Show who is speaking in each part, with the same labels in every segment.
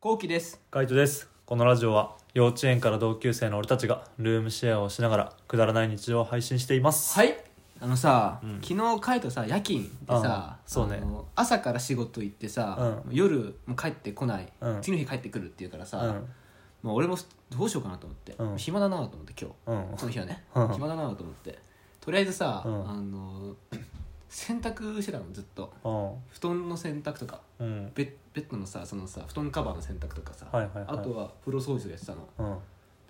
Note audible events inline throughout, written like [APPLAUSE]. Speaker 1: こうきです
Speaker 2: カイトですこのラジオは幼稚園から同級生の俺たちがルームシェアをしながらくだらない日常を配信しています
Speaker 1: はいあのさ、
Speaker 2: うん
Speaker 1: 昨日カイトさ夜勤でさ
Speaker 2: あーそうね
Speaker 1: あの朝から仕事行ってさ、
Speaker 2: う
Speaker 1: 夜もう帰ってこない、
Speaker 2: うん
Speaker 1: 次の日帰ってくるっていうからさ、
Speaker 2: うん
Speaker 1: まあ、俺もどうしようかなと思って、
Speaker 2: うん
Speaker 1: 暇だなと思って今
Speaker 2: うん
Speaker 1: 日その日はね、
Speaker 2: うん
Speaker 1: 暇だなと思ってとりあえずさ、
Speaker 2: うん
Speaker 1: あの洗濯してたのずっと
Speaker 2: うん
Speaker 1: 布団の洗濯とか
Speaker 2: うん
Speaker 1: ベッベッドのさそのさ布団カバーの洗濯とかさ、
Speaker 2: はいはいはい
Speaker 1: あとは風呂掃除とかやってたので
Speaker 2: うん
Speaker 1: 終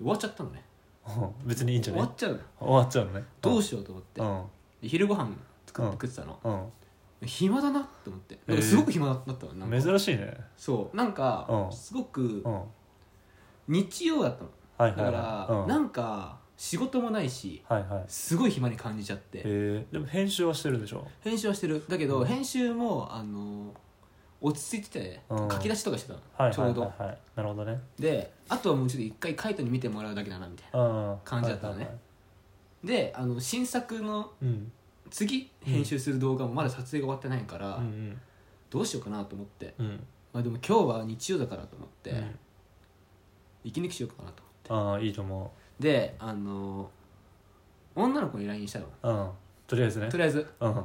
Speaker 1: わっちゃったのね
Speaker 2: うん別にいいんじゃ
Speaker 1: 終
Speaker 2: な
Speaker 1: わ
Speaker 2: い
Speaker 1: っちゃうの
Speaker 2: 終わっちゃうのね
Speaker 1: どうしようと思って、
Speaker 2: うんうん
Speaker 1: で昼ご飯作って食ってたの、暇だなって思ってなんかすごく暇だったのな
Speaker 2: うんん
Speaker 1: か
Speaker 2: 珍しいね
Speaker 1: そうなんか、
Speaker 2: うん
Speaker 1: すごく
Speaker 2: うんは
Speaker 1: 日曜だったの
Speaker 2: いはい
Speaker 1: だから、
Speaker 2: はいうん
Speaker 1: なんか仕事もないし
Speaker 2: はいはい
Speaker 1: すごい暇に感じちゃって
Speaker 2: えーでも編集はしてるんでしょ
Speaker 1: 編集はしてるだけど、
Speaker 2: うん
Speaker 1: 編集もあの落ち着いてて、
Speaker 2: うん
Speaker 1: 書き出しとかしてたの、
Speaker 2: はいはい
Speaker 1: ちょうど、
Speaker 2: はいはいなるほどね
Speaker 1: であとはもうちょっと一回カイトに見てもらうだけだなみたいな
Speaker 2: うん
Speaker 1: 感じだったのね
Speaker 2: はいはいはい
Speaker 1: であの新作の
Speaker 2: うん
Speaker 1: 次編集する動画もまだ撮影が終わってないから、
Speaker 2: うん
Speaker 1: どうしようかなと思って、
Speaker 2: うんうん
Speaker 1: まあ、でも今日は日曜だからと思って、
Speaker 2: うん
Speaker 1: 息抜きしようかなと思って
Speaker 2: ああいいと思
Speaker 1: であの女の子に LINE したの
Speaker 2: ううんとりあえずね
Speaker 1: とりあえず
Speaker 2: うん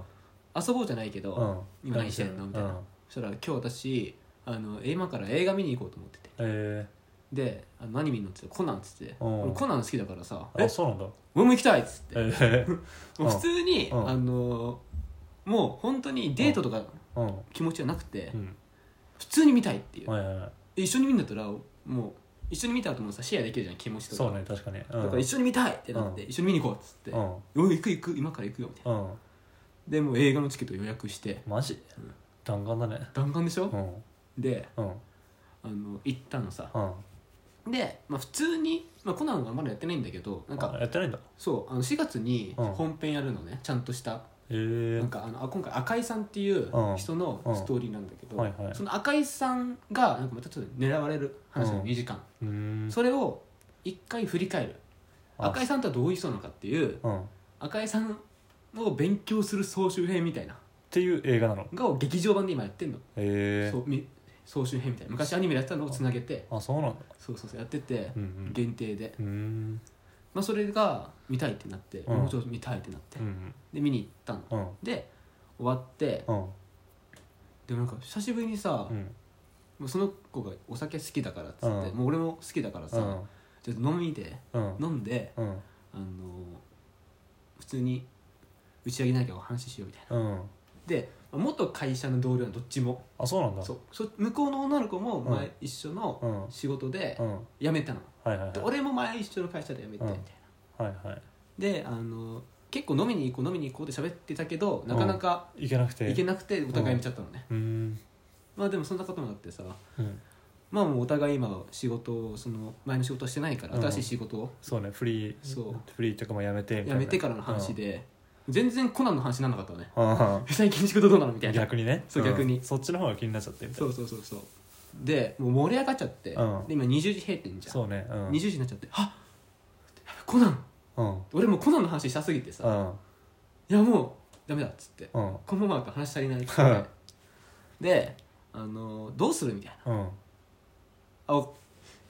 Speaker 1: 遊ぼうじゃないけど、
Speaker 2: うん
Speaker 1: 今何してんのみたいな、
Speaker 2: うん
Speaker 1: そしたら今日私あの今から映画見に行こうと思ってて
Speaker 2: え
Speaker 1: であの何見んのって言ってコナンっつって
Speaker 2: うん
Speaker 1: 俺コナン好きだからさ「
Speaker 2: ー
Speaker 1: え
Speaker 2: あそうなんだ
Speaker 1: 俺も行きたい」っつって、
Speaker 2: えー
Speaker 1: もう普通に、
Speaker 2: うん
Speaker 1: あのもう本当にデートとか
Speaker 2: うん
Speaker 1: 気持ちはなくて、
Speaker 2: うん
Speaker 1: 普通に見たいっていう、
Speaker 2: はいはいはい
Speaker 1: 一緒に見るんだったらもう一緒に見た後もさシェアできるじゃん気持ちとか
Speaker 2: そうね確かにうん
Speaker 1: だから一緒に見たいってなって、
Speaker 2: う
Speaker 1: 一緒に見に行こうっつって
Speaker 2: う、ん
Speaker 1: うん、行く行く今から行くよみたいな
Speaker 2: うん
Speaker 1: でもう映画のチケット予約して
Speaker 2: マジ
Speaker 1: うん
Speaker 2: 弾丸だね
Speaker 1: 弾丸でしょ、
Speaker 2: うん
Speaker 1: で
Speaker 2: うん
Speaker 1: あの行ったのさ
Speaker 2: うん
Speaker 1: で、まあ、普通に、まあ、コナンはまだやってないんだけどなん
Speaker 2: あ
Speaker 1: か
Speaker 2: やってないんだ
Speaker 1: そうあの4月に
Speaker 2: うん
Speaker 1: 本編やるのねちゃんとした
Speaker 2: え
Speaker 1: なん
Speaker 2: ー
Speaker 1: かあのあ今回赤井さんっていう
Speaker 2: うん
Speaker 1: 人の
Speaker 2: うん
Speaker 1: ストーリーなんだけど、
Speaker 2: はいはい
Speaker 1: その赤井さんがなんかまたちょっと狙われる話の
Speaker 2: うん
Speaker 1: 2時間、
Speaker 2: うーん
Speaker 1: それを一回振り返る
Speaker 2: あ
Speaker 1: 赤井さんとはどういう人なのかっていう
Speaker 2: うんっ
Speaker 1: 赤井さんを勉強する総集編みたいな
Speaker 2: ていう映画なの
Speaker 1: がを劇場版で今やってんの
Speaker 2: え
Speaker 1: そうみ総集編みたいな昔アニメでやってたのをつなげて
Speaker 2: あそうなんだ
Speaker 1: そうそうそうやってて
Speaker 2: うんうん
Speaker 1: 限定で、
Speaker 2: うーん
Speaker 1: まあ、それが見たいってなって、
Speaker 2: うん
Speaker 1: もうちょっと見たいってなって、
Speaker 2: うん
Speaker 1: で見に行ったの
Speaker 2: うん
Speaker 1: で終わって
Speaker 2: うん
Speaker 1: でもなんか久しぶりにさ、
Speaker 2: うん
Speaker 1: もうその子がお酒好きだからっつって、
Speaker 2: うん
Speaker 1: もう俺も好きだから
Speaker 2: う
Speaker 1: さ、
Speaker 2: ん
Speaker 1: ちょっと飲みで
Speaker 2: うん
Speaker 1: 飲んで、
Speaker 2: うん
Speaker 1: あのー普通に打ち上げなきゃお話ししようみたいな
Speaker 2: うん
Speaker 1: で元会社の同僚のどっちも
Speaker 2: あそうなんだ
Speaker 1: そうそ向こうの女の子も前、
Speaker 2: うん
Speaker 1: 一緒の
Speaker 2: うんうん
Speaker 1: 仕事で
Speaker 2: はい
Speaker 1: 辞めたの、
Speaker 2: はいはい
Speaker 1: で俺も前一緒の会社で辞めて
Speaker 2: う
Speaker 1: み
Speaker 2: ん
Speaker 1: たいな、
Speaker 2: はいは
Speaker 1: であの結構飲みに行こう飲みに行こうって喋ってたけどなかなか
Speaker 2: いいけなくて
Speaker 1: 行けなくてお互いやめちゃったのね、
Speaker 2: うーん
Speaker 1: まあでもそんなこともあってさ
Speaker 2: うん
Speaker 1: まあもうお互い今は仕事をその前の仕事をしてないから
Speaker 2: うん
Speaker 1: 新しい仕事を
Speaker 2: そうねフリー
Speaker 1: そう
Speaker 2: フリーとかもやめてみたい
Speaker 1: 辞
Speaker 2: な
Speaker 1: めてからの話で、全然コナンの話になんなかったのね
Speaker 2: うん
Speaker 1: 最近仕事どうなのみたいな
Speaker 2: 逆にね
Speaker 1: そうん逆に
Speaker 2: そっちの方が気になっちゃってみたい
Speaker 1: そ
Speaker 2: な
Speaker 1: うそうそうそうでもう盛り上がっちゃって、
Speaker 2: うん
Speaker 1: で今20時閉店じゃん、
Speaker 2: そうねうん
Speaker 1: 20時になっちゃって「あっコナン
Speaker 2: うん
Speaker 1: 俺もうコナンの話したすぎて
Speaker 2: う
Speaker 1: さ、
Speaker 2: ん
Speaker 1: いやもうダメだ」っつって
Speaker 2: うん
Speaker 1: このままだと話足りないっつってであの「どうする?」みたいな
Speaker 2: うん
Speaker 1: 「あ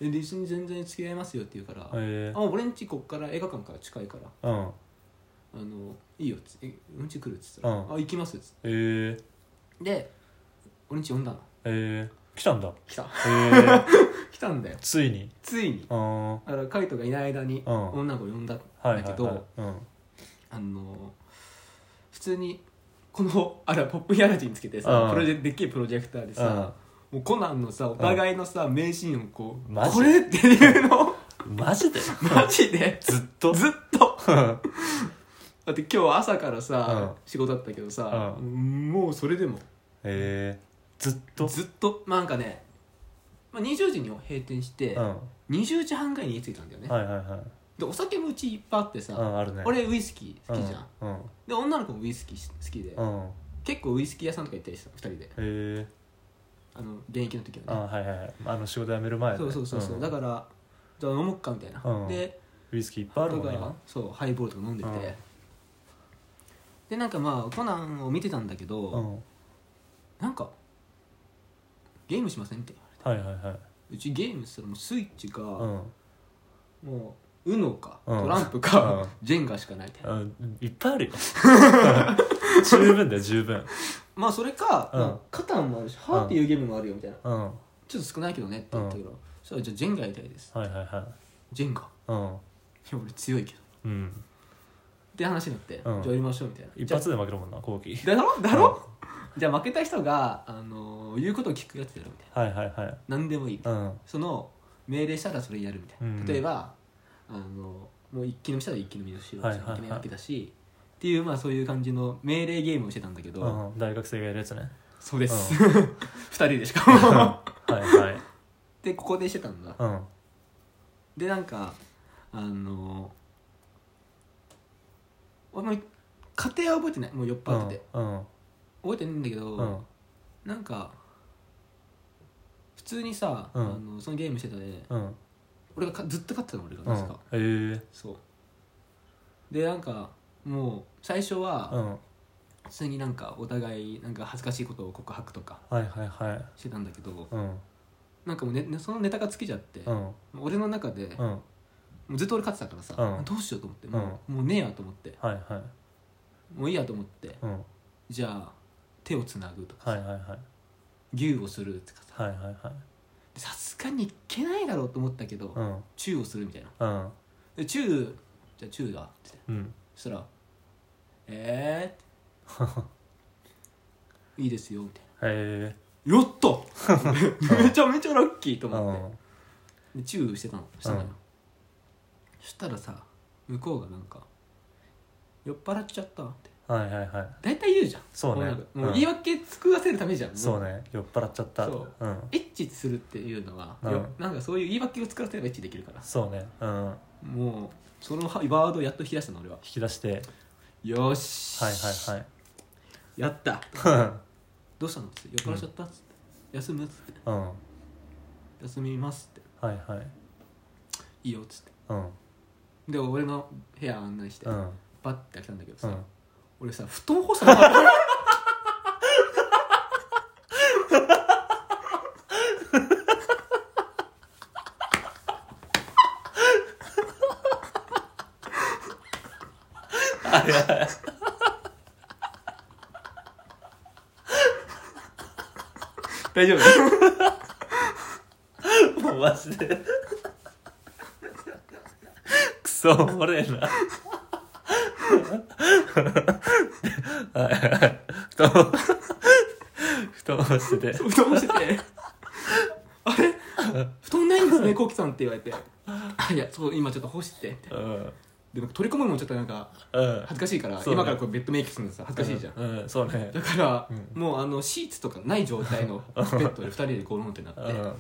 Speaker 1: え別に全然付き合いますよ」って言うから「
Speaker 2: え
Speaker 1: あ俺んちこっから映画館から近いから
Speaker 2: ーうん
Speaker 1: あのいいよ」っつってえ「うんち来る」っつったら「
Speaker 2: うん
Speaker 1: あ行きます」っつっ
Speaker 2: えー
Speaker 1: てで俺んち呼んだの
Speaker 2: えー来たんだ
Speaker 1: 来た [LAUGHS]
Speaker 2: えー
Speaker 1: 来たんだよ
Speaker 2: ついに
Speaker 1: ついに
Speaker 2: うんは
Speaker 1: だからカイトがいない間に
Speaker 2: うん
Speaker 1: 女の子呼んだん
Speaker 2: いはい
Speaker 1: だけど、
Speaker 2: はいうん
Speaker 1: あの普通にこのあれポップヒアラジンつけて
Speaker 2: う
Speaker 1: さ
Speaker 2: ん
Speaker 1: プロジェでっけえプロジェクターでさもうコナンのさお互いのさ名シーンをこう
Speaker 2: マジ
Speaker 1: これっていうの
Speaker 2: マジで
Speaker 1: マジで
Speaker 2: ずっと
Speaker 1: ずっと
Speaker 2: うん
Speaker 1: だって今日朝からさ
Speaker 2: う
Speaker 1: 仕事だったけどさ
Speaker 2: う
Speaker 1: もうそれでも
Speaker 2: えーずっと
Speaker 1: ずっとまあなんかねまあ20時に閉店して
Speaker 2: うん
Speaker 1: 20時半ぐらいに家着いたんだよね
Speaker 2: はいはいはい
Speaker 1: でお酒もうちいっぱいあって
Speaker 2: う
Speaker 1: さ
Speaker 2: んあるね
Speaker 1: 俺ウイスキー好きじゃん
Speaker 2: うんうん
Speaker 1: で女の子もウイスキー好きで
Speaker 2: うん
Speaker 1: 結構ウイスキー屋さんとか行ったりした2人で
Speaker 2: えー
Speaker 1: あの現役の時
Speaker 2: あ
Speaker 1: はね
Speaker 2: はいはいはいあの仕事辞める前ね
Speaker 1: そうそうそうそう、
Speaker 2: ん
Speaker 1: だからじゃあ飲もうかみたいな、
Speaker 2: うん
Speaker 1: で
Speaker 2: ウイスキーいっぱいある
Speaker 1: と
Speaker 2: もんね
Speaker 1: か
Speaker 2: 今
Speaker 1: そうハイボールとか飲んでて、
Speaker 2: うん
Speaker 1: でなんかまあコナンを見てたんだけど、
Speaker 2: うん
Speaker 1: なんかゲームしませんって言われて
Speaker 2: はいはいはい
Speaker 1: うちゲームしたらもうスイッチか、
Speaker 2: うん
Speaker 1: もう UNO か、
Speaker 2: うん
Speaker 1: トランプか、
Speaker 2: うん
Speaker 1: ジェンガしかないみたいな
Speaker 2: うんいっぱいあ [LAUGHS] るよ十分だよ十分
Speaker 1: まあそれか、
Speaker 2: うん
Speaker 1: まあカタンもあるしハーっていうゲームもあるよみたいな、
Speaker 2: うんは
Speaker 1: ちょっと少ないけどねって言ったけど、そしたらじゃあジェンガやりたいです
Speaker 2: いはいは
Speaker 1: ジェンガい [LAUGHS]
Speaker 2: いうん
Speaker 1: や俺強いけど
Speaker 2: うん
Speaker 1: って話になって、
Speaker 2: ん
Speaker 1: じゃあやりましょうみたいな
Speaker 2: 一発で負けるもんな後期
Speaker 1: じゃあだろだろ、じゃあ負けた人が、あのー言うことを聞くやつやるみたい
Speaker 2: はいはいはい
Speaker 1: な何でもいい、
Speaker 2: うん
Speaker 1: その命令したらそれやるみたいな、
Speaker 2: うん
Speaker 1: 例えばあのもう一気飲みしたら一気飲みをしよう
Speaker 2: はい
Speaker 1: 一
Speaker 2: はいはい
Speaker 1: 気飲みだけだしっていうまあそういう感じの命令ゲームをしてたんだけど、
Speaker 2: うん大学生がやるやつ [LAUGHS] ね
Speaker 1: そうです、二
Speaker 2: [LAUGHS]
Speaker 1: 人でしかも
Speaker 2: はいはい
Speaker 1: でここでしてたんだ
Speaker 2: うん
Speaker 1: でなんかあの俺も家庭は覚えてないもう酔っ払ってて、
Speaker 2: うん
Speaker 1: 覚えてないんだけど、
Speaker 2: うん
Speaker 1: なんか普通にさ、
Speaker 2: うん
Speaker 1: あのそのゲームしてたで
Speaker 2: うん
Speaker 1: 俺がかずっと勝ってたの俺が
Speaker 2: う
Speaker 1: なぜ
Speaker 2: ん
Speaker 1: か、
Speaker 2: へえ
Speaker 1: そうでなんかもう最初
Speaker 2: う
Speaker 1: は
Speaker 2: ん
Speaker 1: 普通になんかお互いなんか恥ずかしいことを告白とか
Speaker 2: はいはいはい
Speaker 1: してたんだけど
Speaker 2: うん
Speaker 1: なんかもう、ね、そのネタが尽きちゃって、
Speaker 2: うん
Speaker 1: 俺の中で、
Speaker 2: うん
Speaker 1: もうずっと俺勝ってたからさ、
Speaker 2: うん
Speaker 1: どうしようと思ってもう,、もうねえやと思って
Speaker 2: はいはい
Speaker 1: もういいやと思って
Speaker 2: うん
Speaker 1: じゃあ手をつなぐとかさ、
Speaker 2: はいはいはい
Speaker 1: 牛をするとかさ
Speaker 2: はいはいはい
Speaker 1: でさすがにいけないだろうと思ったけど、
Speaker 2: うん
Speaker 1: チューをするみたいな
Speaker 2: うん
Speaker 1: でチューじゃあチューだって
Speaker 2: うん
Speaker 1: そしたら「え
Speaker 2: [LAUGHS]
Speaker 1: ー、いいですよ」みたいな
Speaker 2: へえ
Speaker 1: 「や
Speaker 2: [LAUGHS]
Speaker 1: っためちゃめちゃラッキー!」と
Speaker 2: う
Speaker 1: 思って、
Speaker 2: ん
Speaker 1: でチューしてたのしたのよ、
Speaker 2: うん
Speaker 1: そしたらさ向こうがなんか「酔っ払っちゃった」って
Speaker 2: はいはいはい
Speaker 1: 大体言うじゃん
Speaker 2: そう
Speaker 1: も
Speaker 2: ね
Speaker 1: なんかもう
Speaker 2: うん
Speaker 1: 言い訳作らせるためじゃん、もう
Speaker 2: そうね酔っ払っちゃった
Speaker 1: そう
Speaker 2: うん
Speaker 1: エッチするっていうのは、
Speaker 2: うん
Speaker 1: よなんかそういう言い訳を作らせればエッチできるから
Speaker 2: そうねうん
Speaker 1: もうそのはワードをやっと引き出したの俺は
Speaker 2: 引き出して
Speaker 1: よーし
Speaker 2: はいはいはい
Speaker 1: やったどうしたのって酔っ払っちゃったっつって、休むっつって
Speaker 2: うんは
Speaker 1: 休みますって
Speaker 2: いはい
Speaker 1: いいよっつって
Speaker 2: うん
Speaker 1: で俺の部屋案内して、
Speaker 2: うん
Speaker 1: バッて来たんだけど
Speaker 2: う
Speaker 1: さ、
Speaker 2: ん
Speaker 1: 俺さ布団干さなかった大丈夫
Speaker 2: もうマジでクソおもれえなはいはい布団を布団をしてて
Speaker 1: 布団干してて「あれ布団ないんですね [LAUGHS] コキさん」って言われて「あいやそう今ちょっと干して」みたいな
Speaker 2: うん
Speaker 1: でなんか取り込むのもちょっとなんか
Speaker 2: うん
Speaker 1: 恥ずかしいから、
Speaker 2: そうね
Speaker 1: 今からこうベッドメイクするのさ恥ずかしいじゃん、
Speaker 2: うん、うん、そうね
Speaker 1: だから、
Speaker 2: う
Speaker 1: もうあのシーツとかない状態のベッドで2人でゴロンってなって
Speaker 2: うんは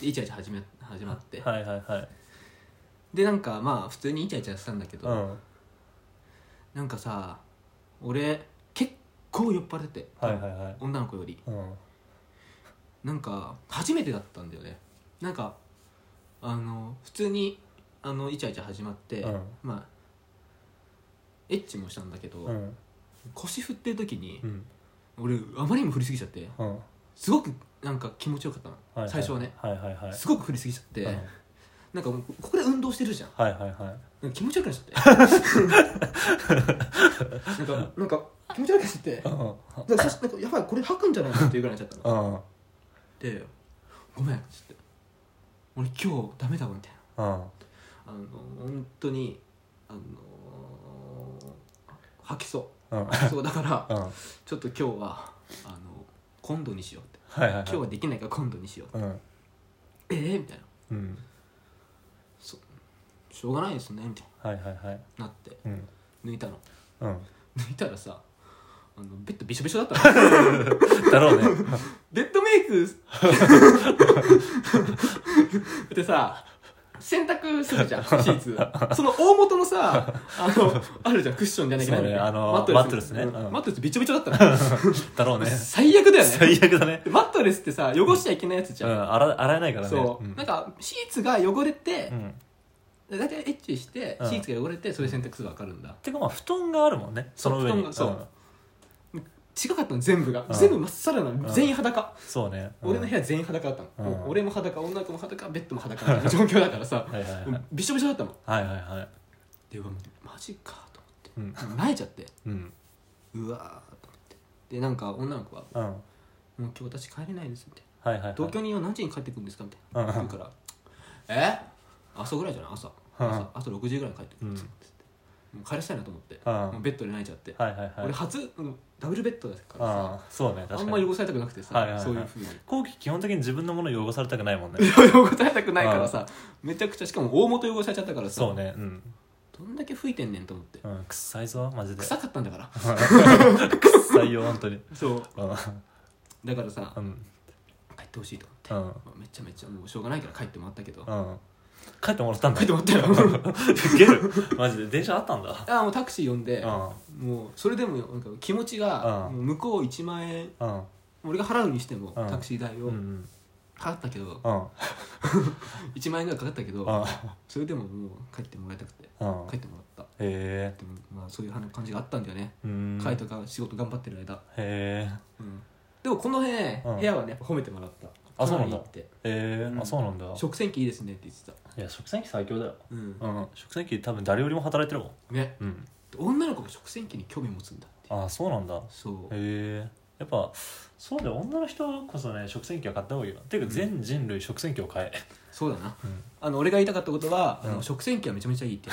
Speaker 1: でイチャイチャ始め始まって、
Speaker 2: いはいはい
Speaker 1: でなんかまあ普通にイチャイチャしたんだけど、
Speaker 2: うん
Speaker 1: なんかさ俺結構酔っ払ってて、
Speaker 2: はいはいはい
Speaker 1: 女の子より
Speaker 2: うん
Speaker 1: なんか初めてだったんだよねなんかあの普通にあのイチャイチャ始まって、
Speaker 2: うん
Speaker 1: まあエッチもしたんだけど、
Speaker 2: うん
Speaker 1: 腰振ってる時に
Speaker 2: うん
Speaker 1: 俺あまりにも振りすぎちゃって
Speaker 2: うん
Speaker 1: すごくなんか気持ちよかったの、
Speaker 2: はいはい
Speaker 1: 最初はね
Speaker 2: はいはいはい
Speaker 1: すごく振りすぎちゃって、
Speaker 2: うん
Speaker 1: なんかもうここで運動してるじゃん
Speaker 2: はいはい
Speaker 1: な
Speaker 2: はい
Speaker 1: んか気持ち悪くなっちゃってなんかなんか気持ち悪くなっちゃって
Speaker 2: うん
Speaker 1: なんかさなんかやばいこれ吐くんじゃないかっていうぐらいになっちゃ
Speaker 2: [LAUGHS]
Speaker 1: ったの
Speaker 2: うん
Speaker 1: で「ごめん」っつって「俺今日ダメだわ」みたいな
Speaker 2: うん
Speaker 1: あの本当にあの吐きそう
Speaker 2: うん
Speaker 1: 吐きそうだから
Speaker 2: うん
Speaker 1: ちょっと今日はあの今度にしようって
Speaker 2: はいはいはい
Speaker 1: 今日はできないから今度にしよう
Speaker 2: うん
Speaker 1: ええみたいな
Speaker 2: うん
Speaker 1: しょうがないですねみたい
Speaker 2: はいはいはい
Speaker 1: になって
Speaker 2: うん
Speaker 1: 抜いたの [LAUGHS]
Speaker 2: うん
Speaker 1: 抜いたらさあのベッドびしょびしょだったの [LAUGHS]
Speaker 2: だろうね
Speaker 1: ベッドメイク [LAUGHS] でさ洗濯す
Speaker 2: [LAUGHS]
Speaker 1: るじゃんシーツその大元のさあのあるじゃんクッションじゃなきゃいけない
Speaker 2: そうねあのマットレスね
Speaker 1: うん
Speaker 2: うん
Speaker 1: マットレスびちょびちょだ
Speaker 2: [LAUGHS]
Speaker 1: ったの
Speaker 2: だろうね
Speaker 1: 最悪だよね
Speaker 2: 最悪だね
Speaker 1: マットレスってさ汚しちゃいけないやつじ
Speaker 2: う
Speaker 1: ゃん、
Speaker 2: ん洗洗えないからね
Speaker 1: そう、
Speaker 2: ん
Speaker 1: なんかシーツが汚れて
Speaker 2: う、ん
Speaker 1: だいたいエッチして、
Speaker 2: うん
Speaker 1: シーツが汚れてそれ洗濯するの分かるんだ
Speaker 2: てかまあ布団があるもんねその上
Speaker 1: 布団
Speaker 2: に
Speaker 1: がそう近かったの全部が、
Speaker 2: うん
Speaker 1: 全部まっさらなの、
Speaker 2: ん
Speaker 1: 全員裸、
Speaker 2: そうね、うん
Speaker 1: 俺の部屋全員裸だったの、
Speaker 2: うん
Speaker 1: もう俺も裸女の子も裸ベッドも裸みたいな状況だからさ
Speaker 2: はいはいはい
Speaker 1: もうびしょびしょだったの
Speaker 2: はいはいはい
Speaker 1: でうわマジかと
Speaker 2: うん
Speaker 1: 思って泣いちゃって
Speaker 2: うん
Speaker 1: うわーと思ってでなんか女の子は
Speaker 2: うんはい
Speaker 1: 「もう今日私帰れないです」みたいな
Speaker 2: はいはい
Speaker 1: 「東京には何時に帰ってくるんですか?」みたい
Speaker 2: うん
Speaker 1: な言うから「え朝ぐらいじゃない朝
Speaker 2: うん
Speaker 1: 朝朝6時ぐらいに帰ってくるんですよ」つってもう帰らせたいなと思って
Speaker 2: うん
Speaker 1: もうベッドで泣いちゃって
Speaker 2: はいはいはい
Speaker 1: 俺初うんダブルベッドだから
Speaker 2: あ
Speaker 1: さ
Speaker 2: あそうね確か
Speaker 1: あ
Speaker 2: に
Speaker 1: んま汚されたくなくて
Speaker 2: はいはいは
Speaker 1: さ
Speaker 2: い
Speaker 1: そういうふうに
Speaker 2: 後期基本的に自分のもの汚されたくないもんね
Speaker 1: 汚されたくないからさめちゃくちゃしかも大元汚されちゃったから
Speaker 2: そ
Speaker 1: さ
Speaker 2: うねうん、
Speaker 1: どんだけ吹いてんねんと思って
Speaker 2: うん、臭いぞマジで
Speaker 1: 臭かったんだから
Speaker 2: 臭いよ本当に
Speaker 1: [LAUGHS] そう
Speaker 2: うん
Speaker 1: だからさ
Speaker 2: うん
Speaker 1: 帰ってほしいと思って
Speaker 2: う、ん
Speaker 1: まあめちゃめちゃもうしょうがないから帰ってもらったけど、
Speaker 2: うん帰ってもらったんだ
Speaker 1: 帰ってもらったよ
Speaker 2: ウケるマジで電車あったんだ
Speaker 1: [LAUGHS] ああもうタクシー呼んで、
Speaker 2: う
Speaker 1: もうそれでもなんか気持ちが
Speaker 2: うん
Speaker 1: もう向こう1万円
Speaker 2: んうん
Speaker 1: 俺が払うにしても
Speaker 2: うん
Speaker 1: タクシー代
Speaker 2: う
Speaker 1: を
Speaker 2: ん
Speaker 1: 払ったけど
Speaker 2: うんうん
Speaker 1: 1万円ぐらいかかったけ
Speaker 2: う
Speaker 1: ど
Speaker 2: ん
Speaker 1: それでももう帰ってもらいたくて
Speaker 2: うん
Speaker 1: 帰ってもらっ
Speaker 2: へえ
Speaker 1: たでもまあそういう感じがあったんだよね
Speaker 2: うん
Speaker 1: 海とか仕事頑張ってる間、
Speaker 2: へえ
Speaker 1: うんでもこの辺、
Speaker 2: うん
Speaker 1: 部屋はねやっぱ褒めてもらった
Speaker 2: あそうなんだ
Speaker 1: かりいいって
Speaker 2: え
Speaker 1: うん
Speaker 2: あそうなんだい
Speaker 1: 食洗機いいですねって言ってた
Speaker 2: や食洗機最強だよ
Speaker 1: うん
Speaker 2: うん食洗機多分誰よりも働いてるもん
Speaker 1: ね
Speaker 2: うん
Speaker 1: 女の子が食洗機に興味持つんだって
Speaker 2: あそうなんだ
Speaker 1: そう
Speaker 2: へえやっぱそうだよ女の人こそね食洗機は買った方がいいよていうか全人類食洗機を買え、
Speaker 1: そうだな、
Speaker 2: うん
Speaker 1: あの俺が言いたかったことは、あ
Speaker 2: うん
Speaker 1: の食洗機はめちゃめちゃいいって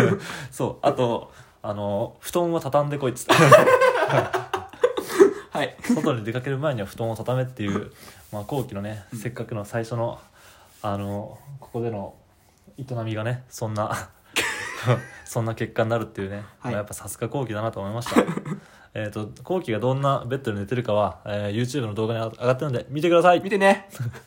Speaker 1: [LAUGHS]
Speaker 2: そうあとあの布団を畳んでこいっつって
Speaker 1: はい
Speaker 2: 外に出かける前には布団を畳めっていう、まあ、後期のね、せっかくの最初のあのここでの営みがねそんなそんな結果になるっていうね、
Speaker 1: はい
Speaker 2: まあやっぱさすが後期だなと思いましたえっと後期がどんなベッドで寝てるかは、えー YouTube の動画に上がってるので見てください
Speaker 1: 見てね